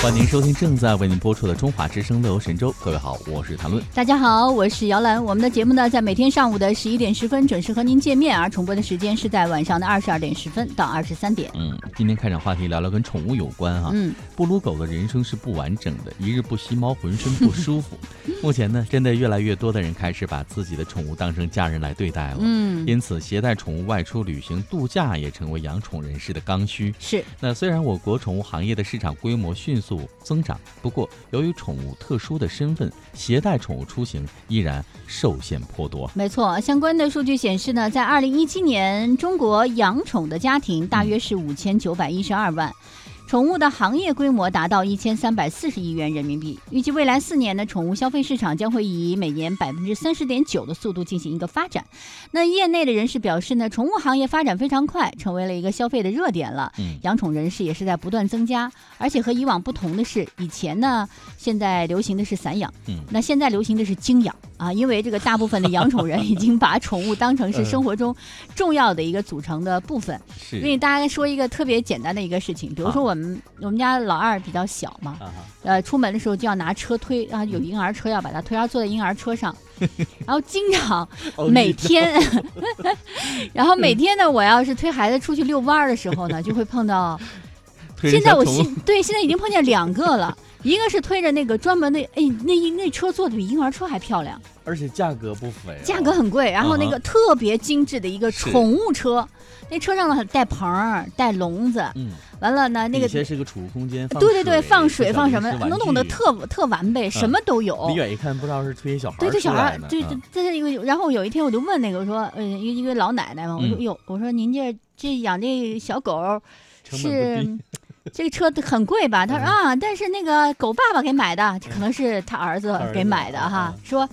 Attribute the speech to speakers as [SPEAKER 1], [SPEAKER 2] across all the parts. [SPEAKER 1] 欢迎您收听正在为您播出的《中华之声》乐游神州。各位好，我是谭论。
[SPEAKER 2] 大家好，我是姚兰。我们的节目呢，在每天上午的十一点十分准时和您见面，而重播的时间是在晚上的二十二点十分到二十三点。
[SPEAKER 1] 嗯，今天开场话题聊聊跟宠物有关哈、
[SPEAKER 2] 嗯，
[SPEAKER 1] 布鲁狗的人生是不完整的，一日不吸猫浑身不舒 服。目前呢，真的越来越多的人开始把自己的宠物当成家人来对待了。
[SPEAKER 2] 嗯
[SPEAKER 1] 因此，携带宠物外出旅行度假也成为养宠人士的刚需。
[SPEAKER 2] 是
[SPEAKER 1] 那虽然我国宠物行业的市场规模迅速增长，不过由于宠物特殊的身份，携带宠物出行依然受限颇多。
[SPEAKER 2] 没错。相关的数据显示呢，在二零一七年，中国养宠的家庭大约是五千九百一十二万。宠物的行业规模达到一千三百四十亿元人民币，预计未来四年呢，宠物消费市场将会以每年百分之三十点九的速度进行一个发展。那业内的人士表示呢，宠物行业发展非常快，成为了一个消费的热点了。
[SPEAKER 1] 嗯
[SPEAKER 2] 养宠人士也是在不断增加，而且和以往不同的是，以前呢，现在流行的是散养，
[SPEAKER 1] 嗯
[SPEAKER 2] 那现在流行的是精养啊，因为这个大部分的养宠人已经把宠物当成是生活中重要的一个组成的部分。
[SPEAKER 1] 是
[SPEAKER 2] 给大家说一个特别简单的一个事情，比如说我们、我们家老二比较小嘛，
[SPEAKER 1] 啊哈，
[SPEAKER 2] 呃，出门的时候就要拿车推，啊，有婴儿车要把它推，要坐在婴儿车上，然后经常
[SPEAKER 1] 哦
[SPEAKER 2] 每天，然后每天呢，我要是推孩子出去遛弯儿的时候呢，就会碰到。
[SPEAKER 1] 推着
[SPEAKER 2] 现在
[SPEAKER 1] 小
[SPEAKER 2] 我
[SPEAKER 1] 宠物
[SPEAKER 2] 现对现在已经碰见两个了，一个是推着那个专门的，哎，那一那车做的比婴儿车还漂亮，
[SPEAKER 1] 而且价格不菲、
[SPEAKER 2] 价格很贵，然后那
[SPEAKER 1] 嗯
[SPEAKER 2] 个
[SPEAKER 1] 哼
[SPEAKER 2] 特别精致的一个
[SPEAKER 1] 是
[SPEAKER 2] 宠物车，那车上呢带棚儿、带笼子，
[SPEAKER 1] 嗯，
[SPEAKER 2] 完了呢那个
[SPEAKER 1] 底下是个储物空间，放
[SPEAKER 2] 对对对，放
[SPEAKER 1] 小
[SPEAKER 2] 水放
[SPEAKER 1] 零
[SPEAKER 2] 什么
[SPEAKER 1] 食玩
[SPEAKER 2] 能弄得
[SPEAKER 1] 具嗯
[SPEAKER 2] 特特完备，什么都有。
[SPEAKER 1] 离远一看不知道是推小孩儿
[SPEAKER 2] 对，对小
[SPEAKER 1] 出
[SPEAKER 2] 孩
[SPEAKER 1] 来
[SPEAKER 2] 儿
[SPEAKER 1] 呢，
[SPEAKER 2] 对
[SPEAKER 1] 啊
[SPEAKER 2] 对，这是一个。然后有一天我就问那个我说，呃，一个一个老奶奶嘛，我说
[SPEAKER 1] 嗯
[SPEAKER 2] 哟，我说您这这养这小狗儿
[SPEAKER 1] 成本不低
[SPEAKER 2] 是 这个车很贵吧？她说
[SPEAKER 1] 嗯
[SPEAKER 2] 啊，但是那个狗爸爸给买的，可能是他儿子
[SPEAKER 1] 儿
[SPEAKER 2] 给
[SPEAKER 1] 子
[SPEAKER 2] 买的哈
[SPEAKER 1] 嗯。
[SPEAKER 2] 说，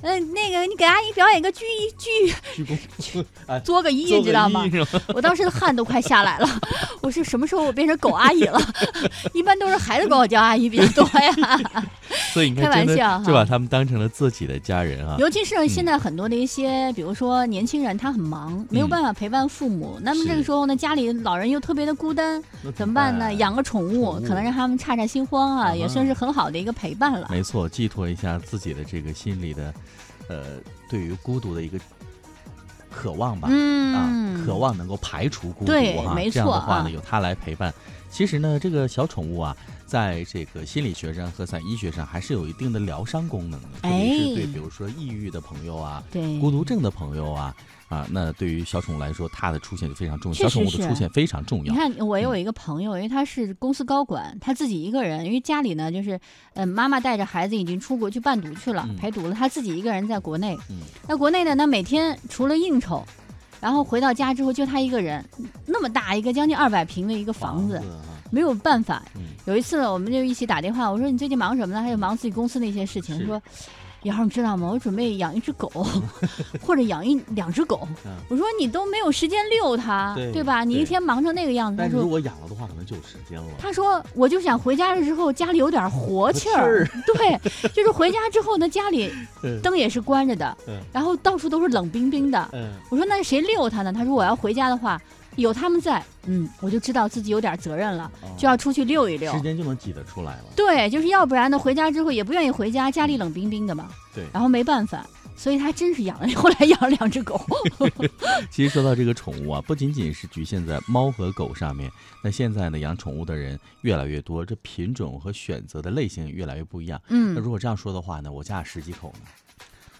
[SPEAKER 2] 嗯，那个你给阿姨表演个鞠一鞠，
[SPEAKER 1] 鞠 躬啊，
[SPEAKER 2] 作个揖，你知道吗？
[SPEAKER 1] 做个 揖是吧
[SPEAKER 2] 我当时汗都快下来了， 我说什么时候我变成狗阿姨了？ 一般都是孩子管我叫阿姨比较多 呀，
[SPEAKER 1] 所以你看，
[SPEAKER 2] 开玩
[SPEAKER 1] 真的
[SPEAKER 2] 笑哈
[SPEAKER 1] 就把他们当成了自己的家人啊。
[SPEAKER 2] 尤其是现在很多的一些，比如说年轻人他很忙，没有办法陪伴父母，那么
[SPEAKER 1] 嗯是
[SPEAKER 2] 这个时候呢，家里老人又特别的孤单，
[SPEAKER 1] 那
[SPEAKER 2] 怎么办呢？
[SPEAKER 1] 哎
[SPEAKER 2] 养个宠物
[SPEAKER 1] 宠物
[SPEAKER 2] 可能让他们岔岔心慌啊，
[SPEAKER 1] 嗯
[SPEAKER 2] 也算是很好的一个陪伴了。
[SPEAKER 1] 没错，寄托一下自己的这个心里的，呃，对于孤独的一个渴望吧，
[SPEAKER 2] 嗯
[SPEAKER 1] 啊，，渴望能够排除孤独
[SPEAKER 2] 对
[SPEAKER 1] 哈、
[SPEAKER 2] 没
[SPEAKER 1] 这样
[SPEAKER 2] 错
[SPEAKER 1] 的话呢，
[SPEAKER 2] 啊
[SPEAKER 1] 有它来陪伴。其实呢，这个小宠物啊，在这个心理学上和在医学上还是有一定的疗伤功能的，特别是对
[SPEAKER 2] 哎嗯
[SPEAKER 1] 比如说抑郁的朋友啊、
[SPEAKER 2] 对，
[SPEAKER 1] 孤独症的朋友啊啊，那对于小宠物来说，它的出现就非常重要，
[SPEAKER 2] 确
[SPEAKER 1] 小宠
[SPEAKER 2] 实
[SPEAKER 1] 物的
[SPEAKER 2] 是
[SPEAKER 1] 出现非常重
[SPEAKER 2] 你
[SPEAKER 1] 要。
[SPEAKER 2] 看，我有一个朋友，因为他是公司高管，他自己一个人，因为家里呢就是，嗯，妈妈带着孩子已经出国去伴读去了，
[SPEAKER 1] 嗯
[SPEAKER 2] 陪读了，他自己一个人在国内。
[SPEAKER 1] 嗯
[SPEAKER 2] 那国内呢，那每天除了应酬，然后回到家之后就他一个人，那么大一个将近二百平的一个房子，
[SPEAKER 1] 啊
[SPEAKER 2] 没有办法。
[SPEAKER 1] 嗯，
[SPEAKER 2] 有一次呢，我们就一起打电话，我说你最近忙什么呢？他就忙自己公司那些事情。
[SPEAKER 1] 是
[SPEAKER 2] 我说，瑶儿，你知道吗？我准备养一只 狗，或者养一两只狗。
[SPEAKER 1] 嗯
[SPEAKER 2] 我说你都没有时间遛它，
[SPEAKER 1] 对
[SPEAKER 2] 吧？你一
[SPEAKER 1] 对
[SPEAKER 2] 天忙成那个样子。他
[SPEAKER 1] 但是
[SPEAKER 2] 说
[SPEAKER 1] 如果养了的话，可能就有时间了。
[SPEAKER 2] 他说：“我就想回家了之后，家里有点活气儿。 对，就是回家之后呢，家里
[SPEAKER 1] 嗯
[SPEAKER 2] 灯也是关着的
[SPEAKER 1] 嗯，
[SPEAKER 2] 然后到处都是冷冰冰的。
[SPEAKER 1] 嗯，
[SPEAKER 2] 我说那谁遛它呢？他说我要回家的话，有他们在，嗯，我就知道自己有点责任了，
[SPEAKER 1] 哦
[SPEAKER 2] 就要出去遛一遛
[SPEAKER 1] 时。间就能挤得出来了。
[SPEAKER 2] 对，就是要不然呢，回家之后也不愿意回家，家里冷冰冰的嘛。
[SPEAKER 1] 嗯对
[SPEAKER 2] 然后没办法，所以他真是养了， 后来养了两 只狗。
[SPEAKER 1] 其实说到这个宠物啊，不仅仅是局限在猫和狗上面。那现在呢，养宠物的人越来越多，这品种和选择的类型越来越不一样。那
[SPEAKER 2] 嗯
[SPEAKER 1] 如果这样说的话呢，我家十几口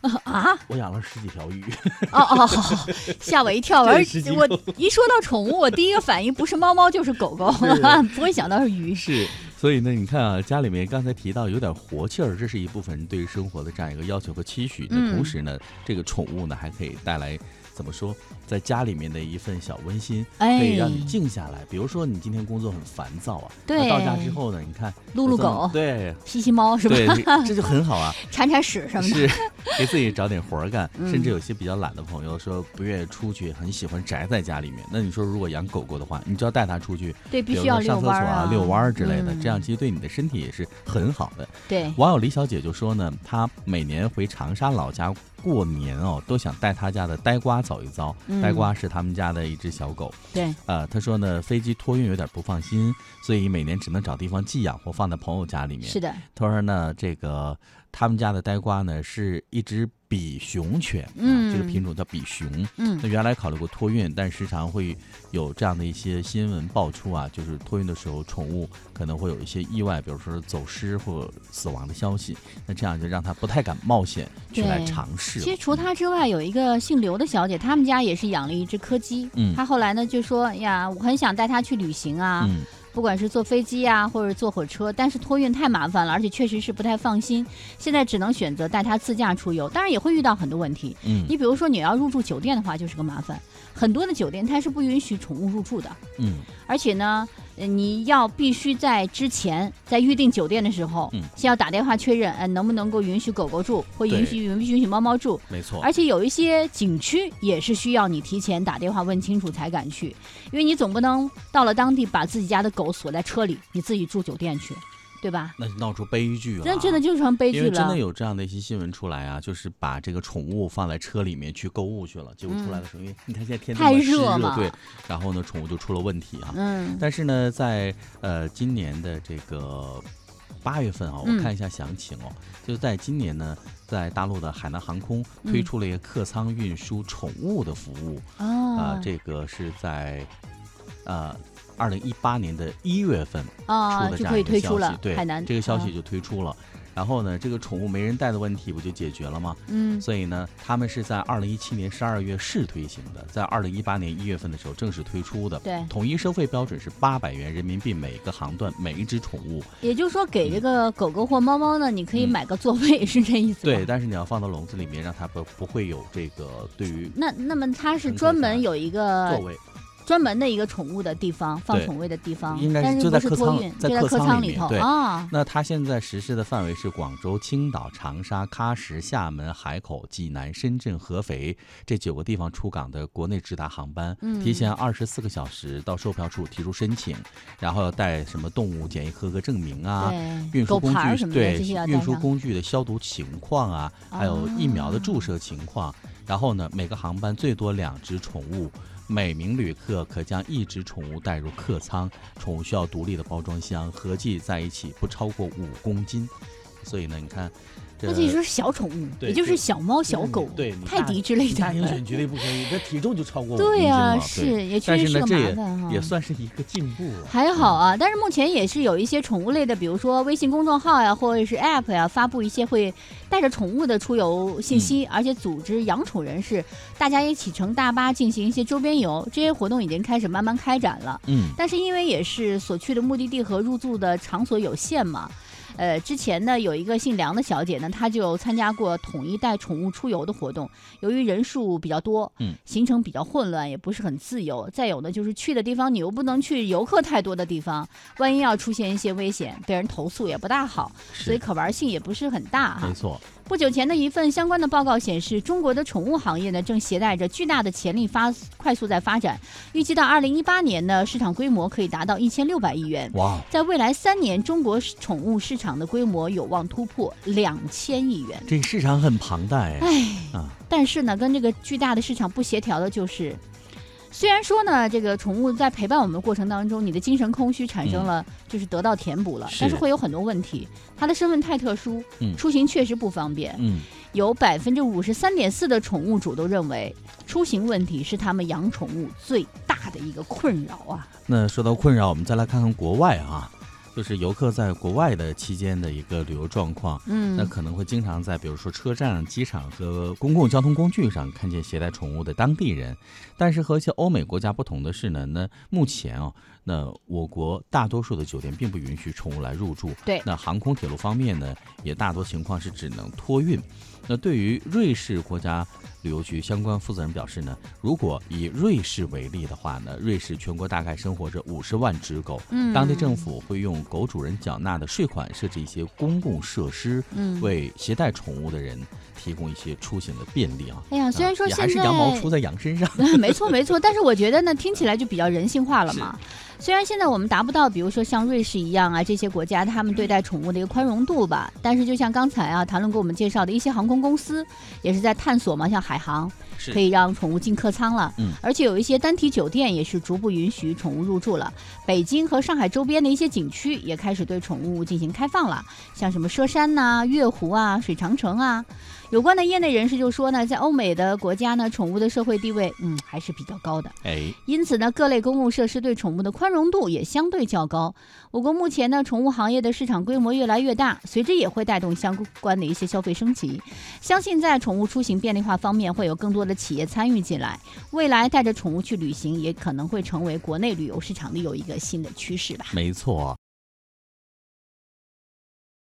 [SPEAKER 1] 呢，
[SPEAKER 2] 啊，
[SPEAKER 1] 我养了十几条鱼。
[SPEAKER 2] 哦哦，好好吓我一 跳！我
[SPEAKER 1] 对
[SPEAKER 2] 而
[SPEAKER 1] 十几
[SPEAKER 2] 我
[SPEAKER 1] 口
[SPEAKER 2] 一说到宠物，我第一个反应不是猫猫就是狗狗
[SPEAKER 1] 对，
[SPEAKER 2] 不会想到 是鱼。
[SPEAKER 1] 是， 所以呢，你看啊，家里面刚才提到有点活气儿，这是一部分人对于生活的这样一个要求和期许。那
[SPEAKER 2] 嗯
[SPEAKER 1] 同时呢，这个宠物呢还可以带来怎么说，在家里面的一份小温馨，
[SPEAKER 2] 哎
[SPEAKER 1] 可以让你静下来。比如说你今天工作很烦躁啊，那
[SPEAKER 2] 对
[SPEAKER 1] 到家之后呢，你看
[SPEAKER 2] 撸撸
[SPEAKER 1] 有这么
[SPEAKER 2] 狗
[SPEAKER 1] 对
[SPEAKER 2] 吸吸猫是吧？
[SPEAKER 1] 对，这这就很好啊。
[SPEAKER 2] 铲铲屎什么的。
[SPEAKER 1] 是，给自己找点活儿干。
[SPEAKER 2] 嗯
[SPEAKER 1] 甚至有些比较懒的朋友说不愿意出去，很喜欢宅在家里面。那你说如果养狗狗的话，你就要带它出去，
[SPEAKER 2] 对，
[SPEAKER 1] 比
[SPEAKER 2] 必
[SPEAKER 1] 如
[SPEAKER 2] 须要
[SPEAKER 1] 说上
[SPEAKER 2] 遛
[SPEAKER 1] 厕所
[SPEAKER 2] 弯儿
[SPEAKER 1] 啊、遛弯儿之类的，
[SPEAKER 2] 嗯
[SPEAKER 1] 这样其实对你的身体也是很好的。
[SPEAKER 2] 对，
[SPEAKER 1] 网友李小姐就说呢，她每年回长沙老家过年哦，都想带她家的呆瓜走一遭。
[SPEAKER 2] 嗯
[SPEAKER 1] 呆瓜是他们家的一只小狗，
[SPEAKER 2] 对，
[SPEAKER 1] 呃，她说呢，飞机托运有点不放心，所以每年只能找地方寄养或放在朋友家里面。
[SPEAKER 2] 是的，
[SPEAKER 1] 她说呢，这个他们家的呆瓜呢是一只比熊犬，
[SPEAKER 2] 嗯
[SPEAKER 1] 啊，这个品种叫比熊。
[SPEAKER 2] 嗯
[SPEAKER 1] 那原来考虑过托运，但时常会有这样的一些新闻爆出啊，就是托运的时候宠物可能会有一些意外，比如说走失或死亡的消息。那这样就让他不太敢冒险去
[SPEAKER 2] 对
[SPEAKER 1] 来尝试了。
[SPEAKER 2] 其实除她之外，有一个姓刘的小姐，他们家也是养了一只柯基。
[SPEAKER 1] 嗯
[SPEAKER 2] 她后来呢就说：“哎呀，我很想带它去旅行啊，
[SPEAKER 1] 嗯，
[SPEAKER 2] 不管是坐飞机啊，或者坐火车，但是托运太麻烦了，而且确实是不太放心。现在只能选择带它自驾出游，当然也会遇到很多问题。
[SPEAKER 1] 嗯
[SPEAKER 2] 你比如说你要入住酒店的话，就是个麻烦，很多的酒店它是不允许宠物入住的。”
[SPEAKER 1] 嗯
[SPEAKER 2] 而且呢，呃你要必须在之前在预订酒店的时候，
[SPEAKER 1] 嗯
[SPEAKER 2] 先要打电话确认，呃，能不能够允许狗狗住，或允许允不允许猫猫住。
[SPEAKER 1] 没错。
[SPEAKER 2] 而且有一些景区也是需要你提前打电话问清楚才敢去，因为你总不能到了当地把自己家的狗锁在车里，你自己住酒店去，对吧？
[SPEAKER 1] 那就闹出悲剧了啊。
[SPEAKER 2] 那真的就成悲
[SPEAKER 1] 因
[SPEAKER 2] 剧
[SPEAKER 1] 为真的
[SPEAKER 2] 了。
[SPEAKER 1] 有这样的一些新闻出来啊，就是把这个宠物放在车里面去购物去了，结果出来的时候，因为你看现在天这
[SPEAKER 2] 嗯太
[SPEAKER 1] 么湿
[SPEAKER 2] 热
[SPEAKER 1] 热
[SPEAKER 2] 嘛
[SPEAKER 1] 对，然后呢，宠物就出了问题啊。
[SPEAKER 2] 嗯，
[SPEAKER 1] 但是呢，在呃今年的这个八月份啊，
[SPEAKER 2] 嗯
[SPEAKER 1] 我看一下详情哦，就是在今年呢，在大陆的海南航空推
[SPEAKER 2] 嗯
[SPEAKER 1] 出了一个客舱运输宠物的服务啊、
[SPEAKER 2] 啊，
[SPEAKER 1] 这个是在呃二零一八年的一月份
[SPEAKER 2] 啊
[SPEAKER 1] 出的这
[SPEAKER 2] 就
[SPEAKER 1] 样
[SPEAKER 2] 可
[SPEAKER 1] 一
[SPEAKER 2] 以
[SPEAKER 1] 个
[SPEAKER 2] 推
[SPEAKER 1] 消
[SPEAKER 2] 出
[SPEAKER 1] 息，
[SPEAKER 2] 了
[SPEAKER 1] 对
[SPEAKER 2] 海南
[SPEAKER 1] 这个消息
[SPEAKER 2] 啊
[SPEAKER 1] 就推出了。然后呢，这个宠物没人带的问题不就解决了吗？
[SPEAKER 2] 嗯
[SPEAKER 1] 所以呢，他们是在二零一七年十二月试推行的，在二零一八年一月份的时候正式推出的。
[SPEAKER 2] 对
[SPEAKER 1] 统一收费标准是八百元人民币每个航段每一只宠物。
[SPEAKER 2] 也就是说给这个狗狗或猫猫呢，你可以
[SPEAKER 1] 嗯
[SPEAKER 2] 买个座位，是这意思吗？
[SPEAKER 1] 对，但是你要放到笼子里面，让它不不会有这个对于
[SPEAKER 2] 那那么它是
[SPEAKER 1] 乘客
[SPEAKER 2] 专
[SPEAKER 1] 下来
[SPEAKER 2] 门有一
[SPEAKER 1] 座
[SPEAKER 2] 个
[SPEAKER 1] 位，
[SPEAKER 2] 专门的一个宠物的地方，放
[SPEAKER 1] 对
[SPEAKER 2] 宠物的地方，
[SPEAKER 1] 应该是
[SPEAKER 2] 但
[SPEAKER 1] 就
[SPEAKER 2] 不
[SPEAKER 1] 在
[SPEAKER 2] 是
[SPEAKER 1] 客
[SPEAKER 2] 托
[SPEAKER 1] 舱
[SPEAKER 2] 运，
[SPEAKER 1] 在
[SPEAKER 2] 就在
[SPEAKER 1] 客
[SPEAKER 2] 客
[SPEAKER 1] 舱
[SPEAKER 2] 舱
[SPEAKER 1] 里面
[SPEAKER 2] 头
[SPEAKER 1] 对
[SPEAKER 2] 啊。
[SPEAKER 1] 那它现在实施的范围是广州、青岛、长沙、喀什、厦门、海口、济南、深圳、合肥这九个地方出港的国内直达航班，
[SPEAKER 2] 嗯
[SPEAKER 1] 提前二十四个小时到售票处提出申请，然后要带什么动物检疫合格证明啊。
[SPEAKER 2] 对，
[SPEAKER 1] 运
[SPEAKER 2] 狗
[SPEAKER 1] 输工
[SPEAKER 2] 牌儿
[SPEAKER 1] 具
[SPEAKER 2] 什么的
[SPEAKER 1] 对
[SPEAKER 2] 这些要啊带
[SPEAKER 1] 运输
[SPEAKER 2] 上。
[SPEAKER 1] 工具的消毒情况啊，还
[SPEAKER 2] 哦
[SPEAKER 1] 有疫苗的注射情况。然后呢，每个航班最多两只宠物，每名旅客可将一只宠物带入客舱，宠物需要独立的包装箱，合计在一起不超过五公斤。所以呢，你看，这
[SPEAKER 2] 那这就是小宠物，
[SPEAKER 1] 对
[SPEAKER 2] 也就是
[SPEAKER 1] 就
[SPEAKER 2] 小猫、小
[SPEAKER 1] 嗯
[SPEAKER 2] 狗、
[SPEAKER 1] 对你
[SPEAKER 2] 泰
[SPEAKER 1] 大
[SPEAKER 2] 迪之类
[SPEAKER 1] 大型
[SPEAKER 2] 的。
[SPEAKER 1] 犬绝对不可以，这体重就超过五公
[SPEAKER 2] 对
[SPEAKER 1] 斤
[SPEAKER 2] 呀，
[SPEAKER 1] 了。
[SPEAKER 2] 是
[SPEAKER 1] 对
[SPEAKER 2] 也确
[SPEAKER 1] 但
[SPEAKER 2] 实
[SPEAKER 1] 是呢
[SPEAKER 2] 个
[SPEAKER 1] 这
[SPEAKER 2] 麻烦哈。
[SPEAKER 1] 也算是一个进步了。
[SPEAKER 2] 还好啊，但是目前也是有一些宠物类的，比如说微信公众号呀，或者是 App 呀，发布一些会带着宠物的出游信
[SPEAKER 1] 嗯
[SPEAKER 2] 息，而且组织养宠人士，大家一起乘大巴进行一些周边游，这些活动已经开始慢慢开展了。
[SPEAKER 1] 嗯，
[SPEAKER 2] 但是因为也是所去的目的地和入住的场所有限嘛，呃，之前呢有一个姓梁的小姐呢，她就参加过统一带宠物出游的活动，由于人数比较多，
[SPEAKER 1] 嗯，
[SPEAKER 2] 行程比较混乱，也不是很自由。再有呢，就是去的地方你又不能去游客太多的地方，万一要出现一些危险，被人投诉也不大好，所以
[SPEAKER 1] 是
[SPEAKER 2] 可玩性也不是很大哈
[SPEAKER 1] 没。错。
[SPEAKER 2] 不久前的一份相关的报告显示，中国的宠物行业呢正携带着巨大的潜力发快速在发展，预计到二零一八年呢，市场规模可以达到一千六百亿元。
[SPEAKER 1] 哇，
[SPEAKER 2] 在未来三年，中国宠物市场的规模有望突破两千亿元。
[SPEAKER 1] 这市场很庞大哎。
[SPEAKER 2] 但是呢，跟这个巨大的市场不协调的就是，虽然说呢，这个宠物在陪伴我们的过程当中，你的精神空虚产生了，就是得到填补了，
[SPEAKER 1] 嗯是
[SPEAKER 2] 但是会有很多问题。它的身份太特殊，
[SPEAKER 1] 嗯
[SPEAKER 2] 出行确实不方便。
[SPEAKER 1] 嗯，
[SPEAKER 2] 有百分之五十三点四的宠物主都认为，出行问题是他们养宠物最大的一个困扰啊。
[SPEAKER 1] 那说到困扰，我们再来看看国外啊，就是游客在国外的期间的一个旅游状况。那
[SPEAKER 2] 嗯，
[SPEAKER 1] 可能会经常在比如说车站、机场和公共交通工具上看见携带宠物的当地人，但是和一些欧美国家不同的是呢，那目前哦，那我国大多数的酒店并不允许宠物来入住。
[SPEAKER 2] 对
[SPEAKER 1] 那航空铁路方面呢，也大多情况是只能托运。那对于瑞士国家旅游局相关负责人表示呢，如果以瑞士为例的话呢，瑞士全国大概生活着五十万只狗，
[SPEAKER 2] 嗯
[SPEAKER 1] 当地政府会用狗主人缴纳的税款设置一些公共设施，
[SPEAKER 2] 嗯，
[SPEAKER 1] 为携带宠物的人提供一些出行的便利啊。
[SPEAKER 2] 哎呀，虽然说
[SPEAKER 1] 啊也
[SPEAKER 2] 现在
[SPEAKER 1] 还是羊毛出在羊身上，
[SPEAKER 2] 没错没错，但是我觉得呢，听起来就比较人性化了嘛。虽然现在我们达不到，比如说像瑞士一样啊这些国家他们对待宠物的一个宽容度吧，但是就像刚才啊谭论给我们介绍的一些航空公司也是在探索嘛，像海航
[SPEAKER 1] 是
[SPEAKER 2] 可以让宠物进客舱了，
[SPEAKER 1] 嗯
[SPEAKER 2] 而且有一些单体酒店也是逐步允许宠物入住了。北京和上海周边的一些景区也开始对宠物进行开放了，像什么佘山呐、月湖啊、水长城啊。有关的业内人士就说呢，在欧美的国家呢，宠物的社会地位，嗯，还是比较高的。
[SPEAKER 1] 哎，
[SPEAKER 2] 因此呢，各类公共设施对宠物的宽容度也相对较高。我国目前呢，宠物行业的市场规模越来越大，随之也会带动相关的一些消费升级。相信在宠物出行便利化方面，会有更多的企业参与进来。未来带着宠物去旅行，也可能会成为国内旅游市场的有一个新的趋势吧。
[SPEAKER 1] 没错。